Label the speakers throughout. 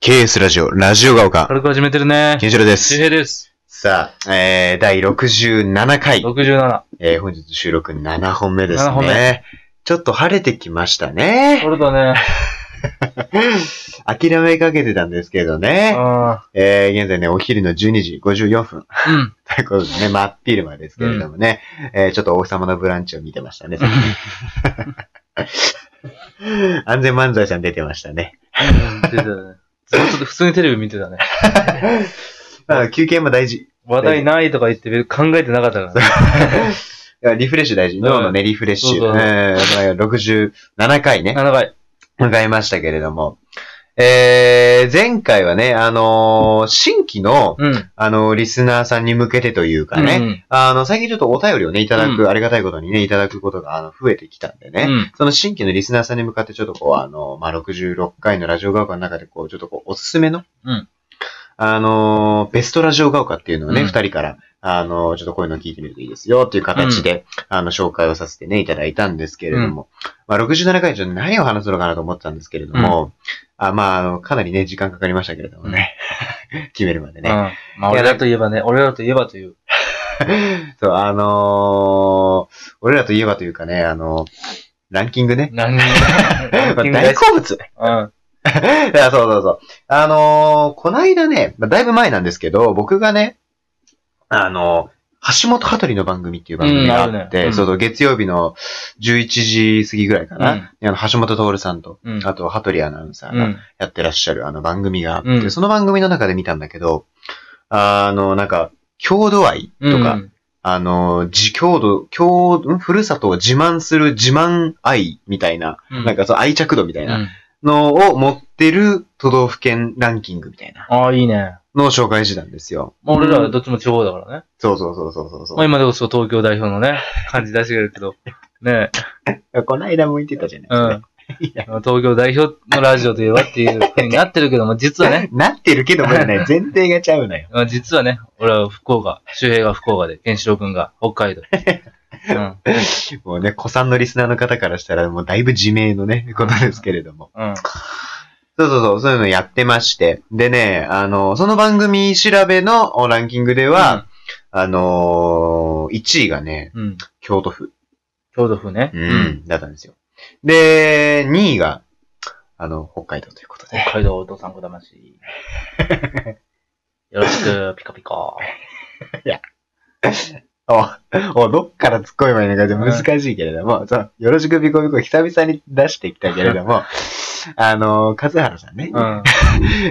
Speaker 1: KS ラジオ、ラジオが丘、
Speaker 2: 軽く始めてるね。
Speaker 1: ケンシロウで
Speaker 2: 周
Speaker 1: す。
Speaker 2: 平です。
Speaker 1: さあ、えー、第67回、
Speaker 2: 67。
Speaker 1: えー、本日収録7本目です
Speaker 2: 7本
Speaker 1: ね
Speaker 2: 目。
Speaker 1: ちょっと晴れてきましたね。
Speaker 2: 俺 だね。
Speaker 1: 諦めかけてたんですけど
Speaker 2: う
Speaker 1: ね。
Speaker 2: ん。
Speaker 1: えー、現在ね、お昼の12時54分。
Speaker 2: うん。
Speaker 1: ということでね、真っ昼間ですけれどもね。えー、ちょっと王様のブランチを見てま したね。安全漫才さん出てました ね。
Speaker 2: 出てたね。ずっと普通にテレビ見てたね。
Speaker 1: まあ休憩も大事。
Speaker 2: 話題ないとか言って考えてなかったからね。
Speaker 1: いやリフレッシュ大事。脳のね、リフレッシュ。
Speaker 2: そうそう
Speaker 1: えーまあ67回ね、
Speaker 2: 7回。
Speaker 1: 迎えましたけれども。えー、前回はね、あのー新規の、
Speaker 2: うん。
Speaker 1: あのーリスナーさんに向けてというかね、
Speaker 2: うん
Speaker 1: あの、最近ちょっとお便りをね、いただく、
Speaker 2: う
Speaker 1: ありがたいことにね、いただくことが、あの、増えてきたんでね、
Speaker 2: うん
Speaker 1: その新規のリスナーさんに向かって、ちょっとこう、あの、まあ、66回のラジオが丘の中で、こう、ちょっとこう、おすすめの、
Speaker 2: うん
Speaker 1: あの、ベストラジオが丘っていうのをね、
Speaker 2: うん
Speaker 1: 二、人から、あの、ちょっとこういうの聞いてみるといいですよっていう形で、あの、紹介をさせてね、いただいたんですけれども、まあ、67回ちょっと何を話すのかなと思ってたんですけれども、あまあ、あの、かなりね、時間かかりましたけれどもね、 決めるまで
Speaker 2: う
Speaker 1: ね。
Speaker 2: ん。まあ、俺らといえばね、俺らといえばという。
Speaker 1: そう、あのー俺らといえばというかね、あのランキングね。
Speaker 2: 何
Speaker 1: まあ
Speaker 2: ランキング
Speaker 1: 大 好物い
Speaker 2: うん。
Speaker 1: やそうそうそう。あのーこないだね、まあ、だいぶ前なんですけど、僕がね、あのー橋本羽鳥の番組っていう番組があ
Speaker 2: うんあ
Speaker 1: っ
Speaker 2: る
Speaker 1: て、
Speaker 2: ねうん
Speaker 1: そうそう、月曜日の11時過ぎぐらいかな、あの橋本徹さんと、
Speaker 2: うん
Speaker 1: あと羽鳥アナウンサー
Speaker 2: う
Speaker 1: が
Speaker 2: ん。
Speaker 1: やってらっしゃるあの番組があって、
Speaker 2: うん
Speaker 1: その番組の中で見たんだけど、あの、なんか、郷土愛とか、
Speaker 2: うん。
Speaker 1: あの、自郷土、郷土、んふるさとを自慢する自慢愛みたいな、
Speaker 2: うん
Speaker 1: なんかその愛着度みた
Speaker 2: う。
Speaker 1: いなんのを持ってる都道府県ランキングみたいな
Speaker 2: ああ、いいね。
Speaker 1: のを紹介してたんですよ。
Speaker 2: まあ、俺らは
Speaker 1: うん
Speaker 2: どっちも地方だからね。
Speaker 1: そうそうそうそうそうそう。
Speaker 2: まあ、今でこそ東京代表のね、感じ出してくれるけど。ね
Speaker 1: この間も言ってたじゃ
Speaker 2: う
Speaker 1: ない
Speaker 2: ん。東京代表のラジオといえばっていう風になってるけども、実は
Speaker 1: で、
Speaker 2: ね
Speaker 1: すか。なってるけども ね、前提がちゃうなよ。
Speaker 2: まあ、実はね、俺は福岡、周平が福岡で、ケンシロウ君が北海道。うん。
Speaker 1: もうね、子さんのリスナーの方からしたらもうだいぶ自明のね、ことですけれども。
Speaker 2: うん。
Speaker 1: そうそうそう、そういうのやってまして。でね、あの、その番組調べのランキングでは、あのー、1位がね、
Speaker 2: うん。
Speaker 1: 京都府。
Speaker 2: 郷土風ね。
Speaker 1: うん。だったんですよ。で、2位が、あの、北海道ということで。
Speaker 2: 北海道お父さんこだまし。よろしく、ピカピカ。
Speaker 1: お、お、どっから突っ込めばいいのかじゃ難しいけれども、そう、よろしくビコビコ久々に出してきたけれども、あの、和原さんね、
Speaker 2: うん。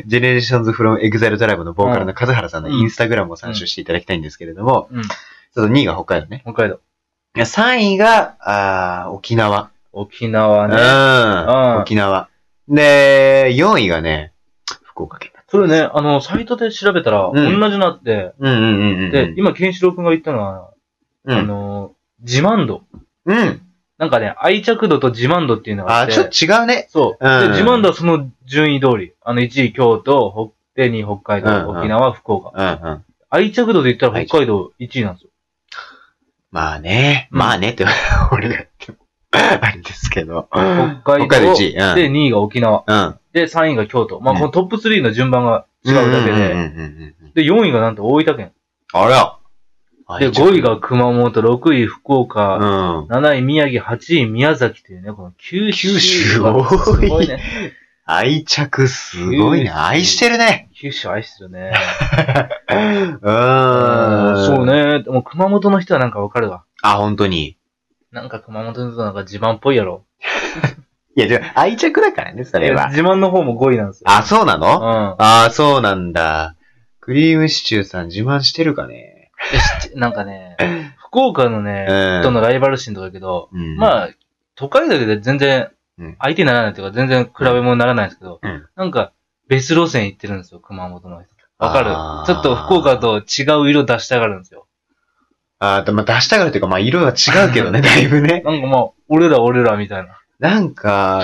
Speaker 1: ジェネレーションズフロムエグザイルトライブのボーカルの和原さんの
Speaker 2: うん
Speaker 1: インスタグラムを参照していただきたいんですけれども、
Speaker 2: うん。
Speaker 1: ちょっと2位が北海道ね。
Speaker 2: 北海道。
Speaker 1: 3位が、あー沖縄。
Speaker 2: 沖縄
Speaker 1: うん。
Speaker 2: ね。うん
Speaker 1: 沖縄。で、4位がね、福岡県。
Speaker 2: それね、あの、サイトで調べたら、
Speaker 1: ん
Speaker 2: 同じなって、
Speaker 1: うんうんうんうん。
Speaker 2: で、今、ケンシロウ君が言ったのは、
Speaker 1: う
Speaker 2: あ
Speaker 1: ん。
Speaker 2: の、自慢度。
Speaker 1: うん。
Speaker 2: なんかね、愛着度と自慢度っていうのがあ
Speaker 1: あ
Speaker 2: っ、て。
Speaker 1: ちょっと違うね。
Speaker 2: そう。
Speaker 1: うん
Speaker 2: で、自慢度はその順位通り。あの、1位京都、北で2位北海道、
Speaker 1: うん
Speaker 2: 沖縄、福岡。
Speaker 1: うんうん。
Speaker 2: 愛着度で言ったら北海道1位なんですよ。
Speaker 1: まあね。
Speaker 2: うん
Speaker 1: まあねって、 俺が言っても、あれですけど。うん。
Speaker 2: 北海道
Speaker 1: 北海道一位うん
Speaker 2: で2位が沖縄。
Speaker 1: うん。
Speaker 2: で、3位が京都。まあ、
Speaker 1: うん
Speaker 2: このトップ3の順番が違うだけ
Speaker 1: うんうん
Speaker 2: で。
Speaker 1: うんうん。
Speaker 2: で、4位がなんと大分県。
Speaker 1: あら。
Speaker 2: で、5位が熊本、6位福
Speaker 1: う
Speaker 2: 岡、
Speaker 1: ん。
Speaker 2: 7位宮城、8位宮崎というね、この九州。
Speaker 1: 九州
Speaker 2: が
Speaker 1: 多い
Speaker 2: すごいね。
Speaker 1: 愛着すごいね。
Speaker 2: うん
Speaker 1: 愛してるね。
Speaker 2: 九州愛してるね。
Speaker 1: うーん。
Speaker 2: そう
Speaker 1: ね。
Speaker 2: ね。でも熊本の人はなんかわかるわ。
Speaker 1: あ、本当に。
Speaker 2: なんか熊本の人なんか自慢っぽいやろ。
Speaker 1: いや、でも愛着だからね、それは。
Speaker 2: 自慢の方も5位なんですよ。
Speaker 1: あ、そうな
Speaker 2: う
Speaker 1: の
Speaker 2: ん。
Speaker 1: あ、そうなんだ。クリームシチューさん自慢してるかね。
Speaker 2: で知ってなんかね、 福岡のね、
Speaker 1: うん
Speaker 2: とのライバル心とかだけど、
Speaker 1: うん
Speaker 2: まあ、都会だけで全然
Speaker 1: うん、
Speaker 2: 相手にならないというか、全然比べ物にならないんですけど、
Speaker 1: うん
Speaker 2: なんか、別路線行ってるんですよ、熊本の人。
Speaker 1: あ
Speaker 2: わか
Speaker 1: ー
Speaker 2: るちょっと福岡と違う色出したがるんですよ。
Speaker 1: あーでも出したがるというか、まあ、色は違うけど ね、だいぶね。
Speaker 2: なんかまあ、俺ら俺らみたいな。
Speaker 1: なんか、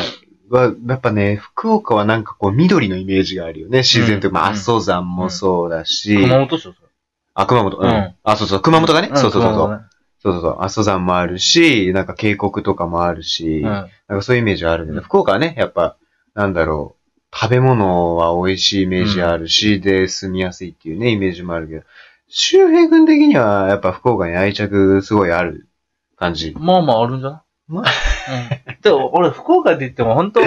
Speaker 1: は、やっぱね、福岡はなんかこう、緑のイメージがあるよね。自然というか、まあ、
Speaker 2: うん
Speaker 1: 阿蘇山もそうだし、
Speaker 2: 熊本っしょ、それ。
Speaker 1: あ、熊本、うん、
Speaker 2: うん
Speaker 1: あ、そうそう、熊本がね、
Speaker 2: ん
Speaker 1: そうそうそう。
Speaker 2: 熊
Speaker 1: そう
Speaker 2: 本ね
Speaker 1: そうそう、阿蘇山もあるし、なんか渓谷とかもあるし、
Speaker 2: うん。
Speaker 1: なんかそういうイメージはあるんだけど、
Speaker 2: うん
Speaker 1: 福岡はね、やっぱ、なんだろう、食べ物は美味しいイメージあるし、で、住みやすいっていうね、イメージもあるけど、周平君的にはやっぱ福岡に愛着すごいある感じ。
Speaker 2: まあまああるんじゃない
Speaker 1: ま
Speaker 2: うん。でも、俺、福岡って言っても、本 当
Speaker 1: え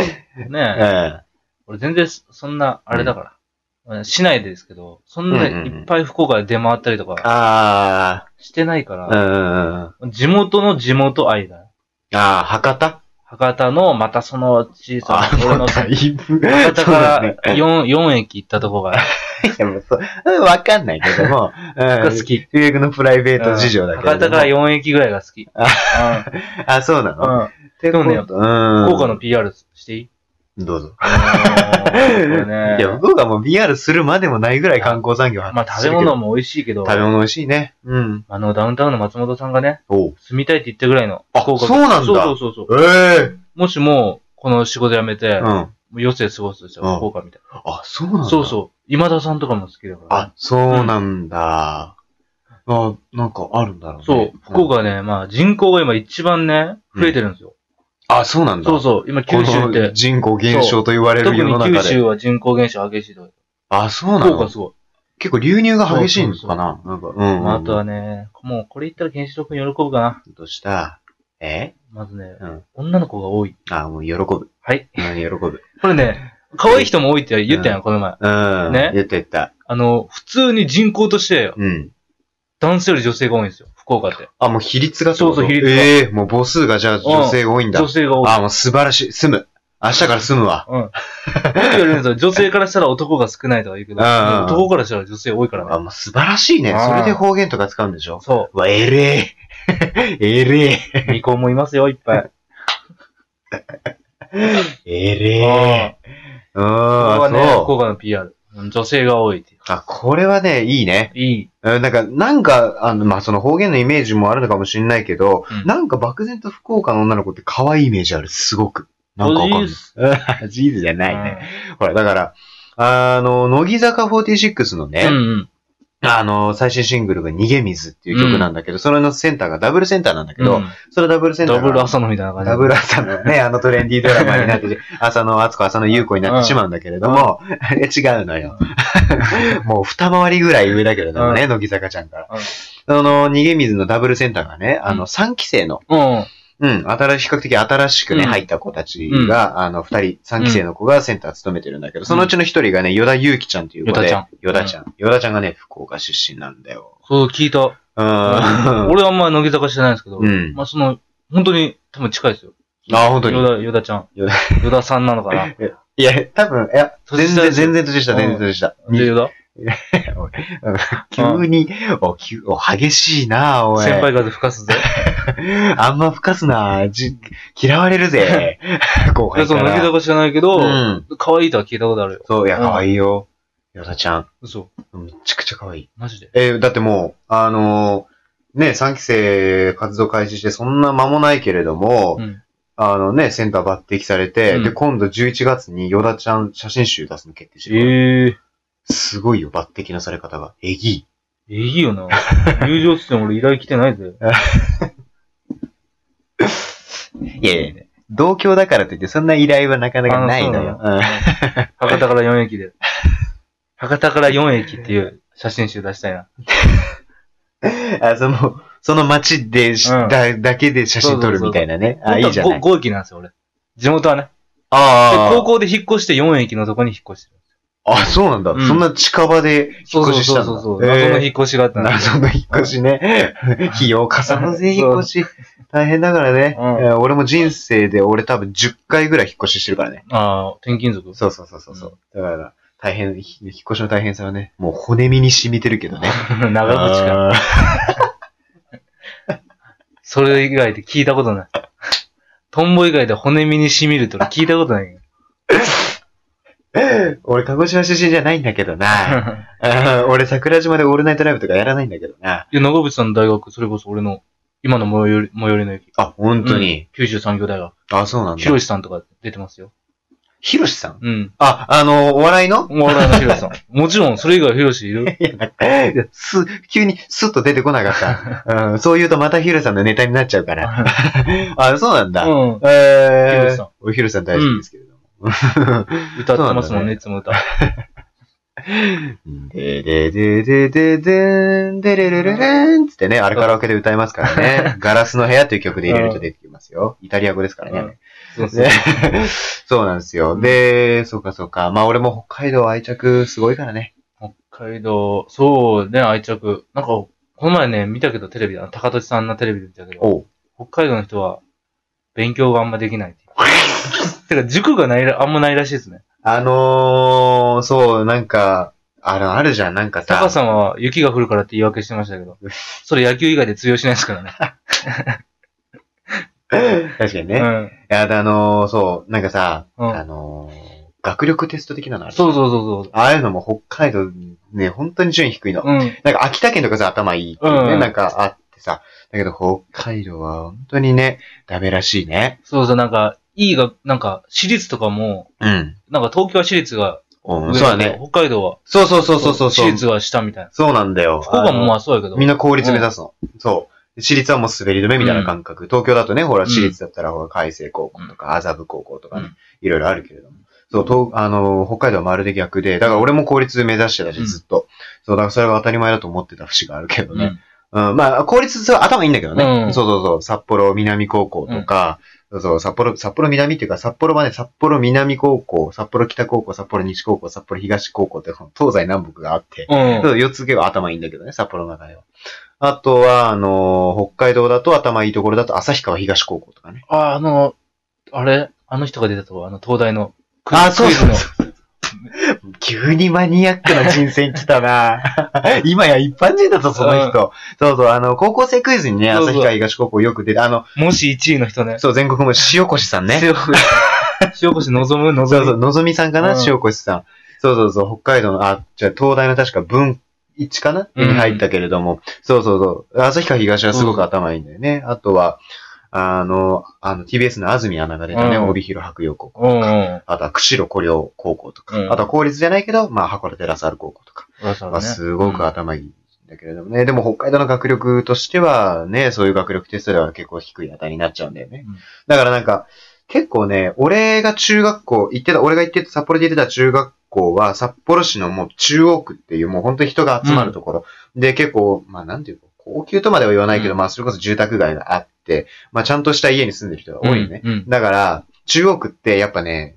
Speaker 2: ね、
Speaker 1: え。
Speaker 2: 俺全然、そんな、あれだから、市内ですけど、そん
Speaker 1: うん
Speaker 2: な
Speaker 1: うんうん
Speaker 2: いっぱい福岡で出回ったりとか
Speaker 1: あ
Speaker 2: してないか
Speaker 1: あ、う
Speaker 2: ら、
Speaker 1: んうんうん。あ
Speaker 2: 地元の地元愛だよ。
Speaker 1: あ、博多
Speaker 2: 博多の、またその小さ
Speaker 1: ああ、
Speaker 2: な、俺
Speaker 1: も
Speaker 2: の
Speaker 1: うだ
Speaker 2: 博
Speaker 1: いぶ。
Speaker 2: 多
Speaker 1: そうだ
Speaker 2: か
Speaker 1: ね
Speaker 2: ら 4, 4駅行ったとこが、
Speaker 1: いやもうそううんわかんないけども、
Speaker 2: が
Speaker 1: うん
Speaker 2: 好き。
Speaker 1: 修学のプライベート事情だけれ
Speaker 2: 博
Speaker 1: ど
Speaker 2: 多
Speaker 1: も。
Speaker 2: から4駅ぐらいが好き。
Speaker 1: ああ、そうな
Speaker 2: う
Speaker 1: の
Speaker 2: ん。うんでも
Speaker 1: っ
Speaker 2: ね、
Speaker 1: てことうん。
Speaker 2: 福岡の PR していい
Speaker 1: どうぞ。いや、
Speaker 2: あのーこれね。
Speaker 1: 福岡も PR するまでもないぐらい観光産業
Speaker 2: まあ食べ物も美味しいけど、
Speaker 1: 食べ物美味しいね。うん。
Speaker 2: あの、ダウンタウンの松本さんがね、
Speaker 1: おう。
Speaker 2: 住みたいって言ったぐらいの。
Speaker 1: あ
Speaker 2: 福岡
Speaker 1: そうなんだ
Speaker 2: そうそうそうそう。
Speaker 1: え
Speaker 2: もしも、この仕事辞めて、
Speaker 1: えう
Speaker 2: も
Speaker 1: ん。
Speaker 2: う余生過ごすとした
Speaker 1: うん
Speaker 2: ら、福岡みたい
Speaker 1: あ、そうなん
Speaker 2: な。
Speaker 1: だ。
Speaker 2: そう
Speaker 1: う。
Speaker 2: そう。今田さんとかも好きだからね。
Speaker 1: あ、そうなんだ。あ、なんかあるんだろうね。
Speaker 2: そう。福
Speaker 1: ん。
Speaker 2: 岡ね、まあ人口が今一番ね、増えてるんですよ。
Speaker 1: あ、そうなんだ。
Speaker 2: そうそう。今九州っ
Speaker 1: この
Speaker 2: て、
Speaker 1: 人口減少と言われ
Speaker 2: 特
Speaker 1: る
Speaker 2: に
Speaker 1: 世の中
Speaker 2: 九州
Speaker 1: で。
Speaker 2: は人口減少激しいとか。
Speaker 1: あ、そうな
Speaker 2: 福岡
Speaker 1: の
Speaker 2: すごい。
Speaker 1: 結構流入が激しいのかななんか、うんうん。
Speaker 2: まああとはね、もうこれ言ったら健志郎くん喜ぶかな。
Speaker 1: どうしたえ
Speaker 2: まずね、
Speaker 1: うん。
Speaker 2: 女の子が多い。
Speaker 1: あ、もう喜ぶ。
Speaker 2: はい。
Speaker 1: うん、喜ぶ。
Speaker 2: これね、可愛い人も多いって言ったやん、この前。
Speaker 1: うん。
Speaker 2: ね
Speaker 1: 言ってた。
Speaker 2: あの、普通に人口として、
Speaker 1: うん。
Speaker 2: 男性より女性が多いんですよ。福岡って。
Speaker 1: あ、もう比率がってこと
Speaker 2: そうそう比率が
Speaker 1: ええもう母数がじゃあ女性が多いんだ
Speaker 2: 女。性が多い。
Speaker 1: あ、もう素晴らしい。住む。明日から住むわ。
Speaker 2: うん。よく言われるんですよ。女性からしたら男が少ないとか言うけど、
Speaker 1: うんうん
Speaker 2: 男からしたら女性多いから
Speaker 1: あ、
Speaker 2: ね。
Speaker 1: もう素晴らしいね。
Speaker 2: あー
Speaker 1: それで方言とか使うんでしょ
Speaker 2: そう
Speaker 1: わ、えれ え。えれえ。
Speaker 2: う。未婚もいますよ、いっぱい。
Speaker 1: え
Speaker 2: え
Speaker 1: れえ。うん、
Speaker 2: これは
Speaker 1: あ、
Speaker 2: ね、福
Speaker 1: そう。
Speaker 2: 岡の PR。うん女性が多いっていう。
Speaker 1: あ、これはね、いいね。
Speaker 2: いい。
Speaker 1: うんなんか、なんか、あの、まあ、その方言のイメージもあるのかもしれないけど、
Speaker 2: うん
Speaker 1: なんか漠然と福岡の女の子って可愛いイメージある、すごく。なんかわかん
Speaker 2: ジ
Speaker 1: ない。ジーズじゃないね。ほら、だから、あの、乃木坂46のね、
Speaker 2: うんうん。
Speaker 1: あの、最新シングルが逃げ水っていう曲なんだけど、それのセンターがダブルセンターなんだけど、
Speaker 2: うん
Speaker 1: そのダブルセンター
Speaker 2: ダ
Speaker 1: が
Speaker 2: ブル朝のみたいな感じ。
Speaker 1: ダブル朝のね、あのトレンディードラマにな って、朝の厚子、朝の優子になってしまうんだけれども、あ れ違うのよ。もう二回りぐらい上だけれどもね、乃木坂ちゃんから。
Speaker 2: うん
Speaker 1: あの、逃げ水のダブルセンターがね、あ
Speaker 2: う
Speaker 1: の、
Speaker 2: ん
Speaker 1: 3期生の、
Speaker 2: うん。
Speaker 1: うん、新しい、比較的新しくね、
Speaker 2: うん
Speaker 1: 入った子たちが、あの、二人、3期生の子がセンター務めてるんだけど、そのうちの一人がね、ヨダユウキちゃんっていう子で、
Speaker 2: ヨダちゃん
Speaker 1: ヨダちゃん。ヨダちゃんがね、福岡出身なんだよ。
Speaker 2: そう、聞いた。
Speaker 1: うん。
Speaker 2: 俺はあんま乃木坂してないんですけど、
Speaker 1: うん
Speaker 2: まあその、本当に多分近いですよ。
Speaker 1: あ、本当に。
Speaker 2: ヨダ、ヨダちゃん。
Speaker 1: ヨ
Speaker 2: ヨ
Speaker 1: ダ
Speaker 2: ダさんなのかな。
Speaker 1: いや、多分、いや、全然、全然年下、
Speaker 2: うん
Speaker 1: 全然年下。
Speaker 2: じゃあヨダ
Speaker 1: 急に、お、急、お、激しいな、おい。
Speaker 2: 先輩風吹かすぜ。
Speaker 1: あんま吹かすな、じ、嫌われる ぜ。後
Speaker 2: い
Speaker 1: 輩
Speaker 2: や、そ
Speaker 1: か
Speaker 2: の、乃
Speaker 1: ら。
Speaker 2: 木坂知らないけど、
Speaker 1: うん
Speaker 2: 可愛いとは聞いたことあるよ。
Speaker 1: そう、いや、
Speaker 2: うん
Speaker 1: 可愛いよ。ヨダちゃ
Speaker 2: 嘘。
Speaker 1: ん。めちゃくちゃ可愛い。
Speaker 2: マジで。
Speaker 1: えー、だってもう、あのーね、3期生活動開始してそんな間もないけれども、
Speaker 2: うん。
Speaker 1: あのね、センター抜擢されて、
Speaker 2: うん
Speaker 1: で、今度11月にヨダちゃん写真集出すの決定してるから
Speaker 2: ええ
Speaker 1: すごいよ、抜擢のされ方が。えぎい。
Speaker 2: えいいよな。友情っつっても俺依頼来てない ぜ。
Speaker 1: いやいやいや同郷だからといって、そんな依頼はなかなかないのよ。うん
Speaker 2: 博多から4駅で。博多から4駅っていう写真集出したいな。
Speaker 1: あその、その街でし、
Speaker 2: うん
Speaker 1: だ、だけで写真撮るみたいなね。 あ、いいじゃない。
Speaker 2: 5駅なんですよ、俺。地元はね。で
Speaker 1: あ
Speaker 2: 高校で引っ越して4駅のとこに引っ越してる。
Speaker 1: あ、あ、そうなんだ。
Speaker 2: うん
Speaker 1: そんな近場で引
Speaker 2: そ
Speaker 1: っ
Speaker 2: う
Speaker 1: 越しし
Speaker 2: そ
Speaker 1: た
Speaker 2: うん
Speaker 1: だ。
Speaker 2: そうそう。謎の引
Speaker 1: え
Speaker 2: っ越しがあった
Speaker 1: ー
Speaker 2: んだけど
Speaker 1: 謎の引っ越しね。費用かさむぜ、引っ越し。大変だからね。
Speaker 2: うん
Speaker 1: えー俺も人生で、俺多分10回ぐらい引っ越ししてるからね。
Speaker 2: ああ、転勤 族。
Speaker 1: そうそうそうそうそう。だから、大変、ひ引っ越しの大変さはね、もう骨身に染みてるけどね。
Speaker 2: 長渕か。
Speaker 1: あー
Speaker 2: それ以外で聞いたことない。トンボ以外で骨身に染みるとか聞いたこと ないよ。
Speaker 1: 俺、鹿児島出身じゃないんだけどな。
Speaker 2: い
Speaker 1: あー俺、桜島でオールナイトライブとかやらないんだけどな。
Speaker 2: や、長渕さんの大学、それこそ俺の、今の最寄り、最寄りの駅。
Speaker 1: あ、本当に。
Speaker 2: 九州産業大学。
Speaker 1: あ、そうなんだ
Speaker 2: ひ。ろしさんとか出てますよ。
Speaker 1: ひろしさん
Speaker 2: うん。
Speaker 1: あ、あの、お笑いの
Speaker 2: お笑いのひろしさん。 もちろん、それ以外はひろしいる
Speaker 1: いやなんかいやす、急にスッと出てこなか った。うん、そう言うとまたひろしさんのネ タになっちゃうから。あ、そうなんだ。
Speaker 2: うん。
Speaker 1: えー、
Speaker 2: ひろしさん。
Speaker 1: おひろしさん大好きですけれども。
Speaker 2: 歌ってますもんね、いつも歌。
Speaker 1: ででででででん、でれれれれんつってね、あれカラオケで歌いますから ね。ガラスの部屋っていう曲で入れると出てきますよ。イタリア語ですからね。
Speaker 2: うんそうそう
Speaker 1: ねそうなんですよ。で、そうかそうか。まあ俺も北海道愛着すごいからね。
Speaker 2: 北海道、そうね、愛着。なんか、この前ね、見たけどテレビだな。高利さんのテレビで見たけど、
Speaker 1: おう。
Speaker 2: 北海道の人は勉強があんまできないって いう。てか、塾がないら、あんまないらしいですね。
Speaker 1: あのー、そう、なんか、あの、あるじゃん、なんか
Speaker 2: タ
Speaker 1: さ
Speaker 2: カ。さんは雪が降るからって言い訳してましたけ ど、それ野球以外で通用しないですからね。
Speaker 1: 確かにね。
Speaker 2: う
Speaker 1: い
Speaker 2: ん。
Speaker 1: や、あのー、そう、なんかさ、
Speaker 2: うん
Speaker 1: あのー、学力テスト的なのある
Speaker 2: そうそうそう
Speaker 1: ああいうのも北海道、ね、本当に順位低いの。
Speaker 2: そう。うん。
Speaker 1: なんか秋田県とかさ、頭いいっていうね、
Speaker 2: うん
Speaker 1: なんかあってさ。だけど北海道は本当にね、ダメらしいね。
Speaker 2: そうそう、なんか、いいが、なんか、私立とかも、
Speaker 1: うん。
Speaker 2: なんか東京は私立が
Speaker 1: うん、
Speaker 2: 上だけ
Speaker 1: そうだ
Speaker 2: ど
Speaker 1: ね。。
Speaker 2: 北海道は、
Speaker 1: そうそうそうそうそうそう。
Speaker 2: 私立は下みたいな。
Speaker 1: そうなんだよ。
Speaker 2: 福岡もま
Speaker 1: あ
Speaker 2: あそうやけ
Speaker 1: の
Speaker 2: ど。
Speaker 1: みんな公立目指すの。そう。私立はもう滑り止めみたいな感覚。東京だとね、ほら、
Speaker 2: うん
Speaker 1: 私立だったら、ほら、海星高校とか、麻布高校とかね、
Speaker 2: うん
Speaker 1: いろいろあるけれども。そう、東、あのー、北海道はまるで逆で、だから俺も公立目指してた
Speaker 2: う
Speaker 1: し、
Speaker 2: ん
Speaker 1: ずっと。そう、だからそれが当たり前だと思ってた節があるけど
Speaker 2: う
Speaker 1: ね。
Speaker 2: ん。
Speaker 1: うん、まあ、公立は頭いいんだけどね。
Speaker 2: うん
Speaker 1: そうそうそう、札幌南高校とか、そうそう、札幌、札幌南っていうか、札幌まで札幌南高校、札幌北高校、札幌西高校、札幌東高校って、この東西南北があって、
Speaker 2: うん
Speaker 1: そう四つ毛は頭いいんだけどね、札幌の中では。あとは、あのー北海道だと頭いいところだと旭川東高校とかね。
Speaker 2: あ、あの、あれあの人が出たとこ、あの、東大のクイ
Speaker 1: あそう
Speaker 2: クイズの。
Speaker 1: 急にマニアックな人選来た な今や一般人だと、その人。そうそう、あの、高校生クイズにね、
Speaker 2: そうそう
Speaker 1: 旭川東高校よく出て、あの、
Speaker 2: もし1位の人ね。
Speaker 1: そう、全国も塩越さんね。
Speaker 2: 塩越、塩越望む望む。
Speaker 1: そうそう、のぞみさんかな、
Speaker 2: うん
Speaker 1: 塩越さん。そうそうそう、北海道の、あ、じゃあ東大の確か文一かな、
Speaker 2: うん
Speaker 1: に入ったけれども、そうそうそう、旭川東はすごく頭いいんだよね。あとは、あの、あの、TBS の安住アナが出たね、
Speaker 2: うん
Speaker 1: 帯広白陽高校。
Speaker 2: うんうん。
Speaker 1: あとは、釧路小陵高校とか、
Speaker 2: うん
Speaker 1: あとは公立じゃないけど、まあ、函館テラスアル高校とか、
Speaker 2: そうそう
Speaker 1: まあ、
Speaker 2: ね
Speaker 1: すごく頭いいんだけれどもね、でも北海道の学力としては、ね、そういう学力テストでは結構低い値になっちゃうんだよね。
Speaker 2: うん
Speaker 1: だからなんか、結構ね、俺が中学校行ってた、俺が行ってた、札幌で行ってた中学校は、札幌市のもう中央区っていう、もう本当に人が集まるところ。で、結構、まあなんていうか、高級とまでは言わないけど、
Speaker 2: うん
Speaker 1: まあそれこそ住宅街があって、まあちゃんとした家に住んでる人が多いよね。
Speaker 2: うんうん
Speaker 1: だから、中央区ってやっぱね、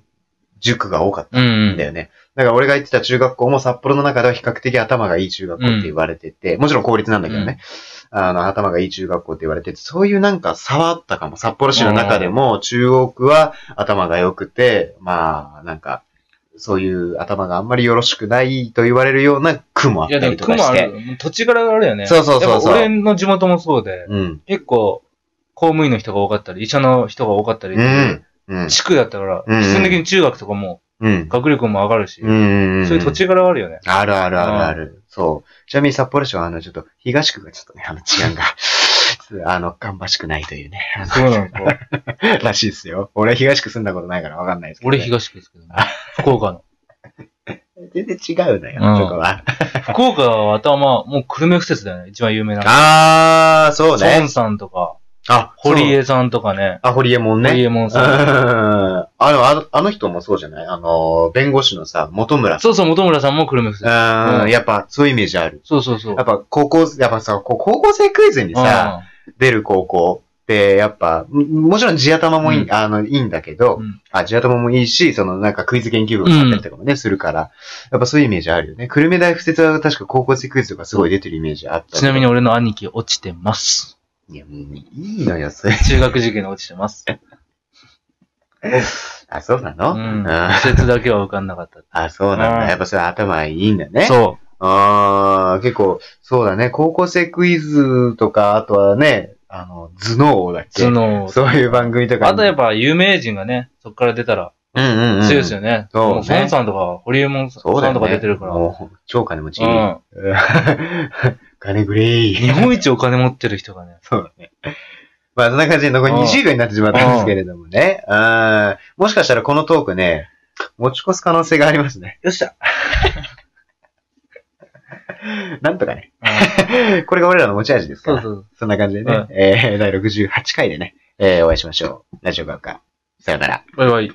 Speaker 1: 塾が多かった
Speaker 2: うん
Speaker 1: んだよね。だから俺が行ってた中学校も札幌の中では比較的頭がいい中学校って言われてて、もちろん公立なんだけどね、あの、頭がいい中学校って言われてて、そういうなんか差はあったかも。札幌市の中でも中央区は頭が良くて、まあ、なんか、そういう頭があんまりよろしくないと言われるような区もあっ
Speaker 2: いや、
Speaker 1: たり
Speaker 2: でも、
Speaker 1: とか
Speaker 2: 区も
Speaker 1: し
Speaker 2: あ
Speaker 1: て。
Speaker 2: る。もう土地柄があるよね。
Speaker 1: そうそうそうそう
Speaker 2: やっぱ俺の地元もそうで、
Speaker 1: うん。
Speaker 2: 結構、公務員の人が多かったり、医者の人が多かったり、
Speaker 1: うん。うん。
Speaker 2: 地区だったから、
Speaker 1: うん
Speaker 2: 必然的に中学とかも、
Speaker 1: うん。
Speaker 2: 学力も上がるし、
Speaker 1: うん。
Speaker 2: そういう土地柄はあるよね。
Speaker 1: あるあるあるある。そう。ちなみに札幌市は、あの、ちょっと、東区がちょっとね、あの、治安が、 あの、芳しくないというね、
Speaker 2: そうな のか。
Speaker 1: らしいですよ。俺は東区住んだことないからわかんないですけど、
Speaker 2: 俺
Speaker 1: ね。
Speaker 2: 東区ですけどね。福岡の。
Speaker 1: 全然違うのよ、
Speaker 2: うん
Speaker 1: そこは。
Speaker 2: 福岡は頭、もう久留米伏説だよね。一番有名な。
Speaker 1: あー、そう
Speaker 2: 孫
Speaker 1: ね。
Speaker 2: さんとか、
Speaker 1: あ、
Speaker 2: 堀
Speaker 1: 江。
Speaker 2: 江さんとかね。
Speaker 1: あ、堀江もんね。
Speaker 2: 堀
Speaker 1: 江
Speaker 2: 江門さん。
Speaker 1: あの、あのあの人もそうじゃないあの、弁護士のさ、本村さん。
Speaker 2: そうそう、本村さんも久留米伏説。
Speaker 1: う、
Speaker 2: うんん
Speaker 1: やっぱ、そういうイメージある。
Speaker 2: そうそうそう
Speaker 1: やっ。ぱ、高校、やっぱさ、こう高校生クイズにさ、出る高校って、やっぱ、ももちろん地頭もいい、
Speaker 2: うん
Speaker 1: あの、いいんだけど、
Speaker 2: うん
Speaker 1: あ、地頭もいいし、そのなんかクイズ研究部があったりとかもね、するから、やっぱそういうイメージあるよね。久留米大附設は確か高校生クイズとかすごい出てるイメージあった。
Speaker 2: ちなみに、俺の兄貴落ちてます。
Speaker 1: いや、もういいのよ、それ。
Speaker 2: 中学受験落ちてます。
Speaker 1: あ、そうなの、
Speaker 2: うん。
Speaker 1: あ
Speaker 2: 説だけは受かんなかった。
Speaker 1: あ、そうなん
Speaker 2: う
Speaker 1: だ。
Speaker 2: ん
Speaker 1: やっぱそれ頭いいんだね。う。
Speaker 2: そ
Speaker 1: ああ、結構、そうだね。高校生クイズとか、あとはね、あの、頭脳王だっ
Speaker 2: う。頭
Speaker 1: け
Speaker 2: 脳。
Speaker 1: そういう番組とか。
Speaker 2: あとやっ
Speaker 1: ぱ、
Speaker 2: ぱ有名人がね、そっから出たら
Speaker 1: うんうんうん。
Speaker 2: 強いですよね。
Speaker 1: そうね
Speaker 2: も孫さんとか、堀江門さ
Speaker 1: そうだよ、ね。
Speaker 2: んとか出てるから。う
Speaker 1: もう、超金持ち。
Speaker 2: ん。
Speaker 1: 金グレー。
Speaker 2: 日本一お金持ってる人がね。
Speaker 1: そうだね。 まあ、そんな感じで残り
Speaker 2: うん
Speaker 1: 20秒になってしまったんですけれどもね。あーもしかしたらこのトークね、持ち越す可能性がありますね。
Speaker 2: よっしゃ。
Speaker 1: なんとかね。 これが俺らの持ち味ですか
Speaker 2: そう
Speaker 1: ら。
Speaker 2: そう
Speaker 1: そ
Speaker 2: そう。
Speaker 1: んな感じでね、
Speaker 2: うん
Speaker 1: えー第68回でね、えーお会いしましょう。ラジオ学科。さよなら。
Speaker 2: バイバイ。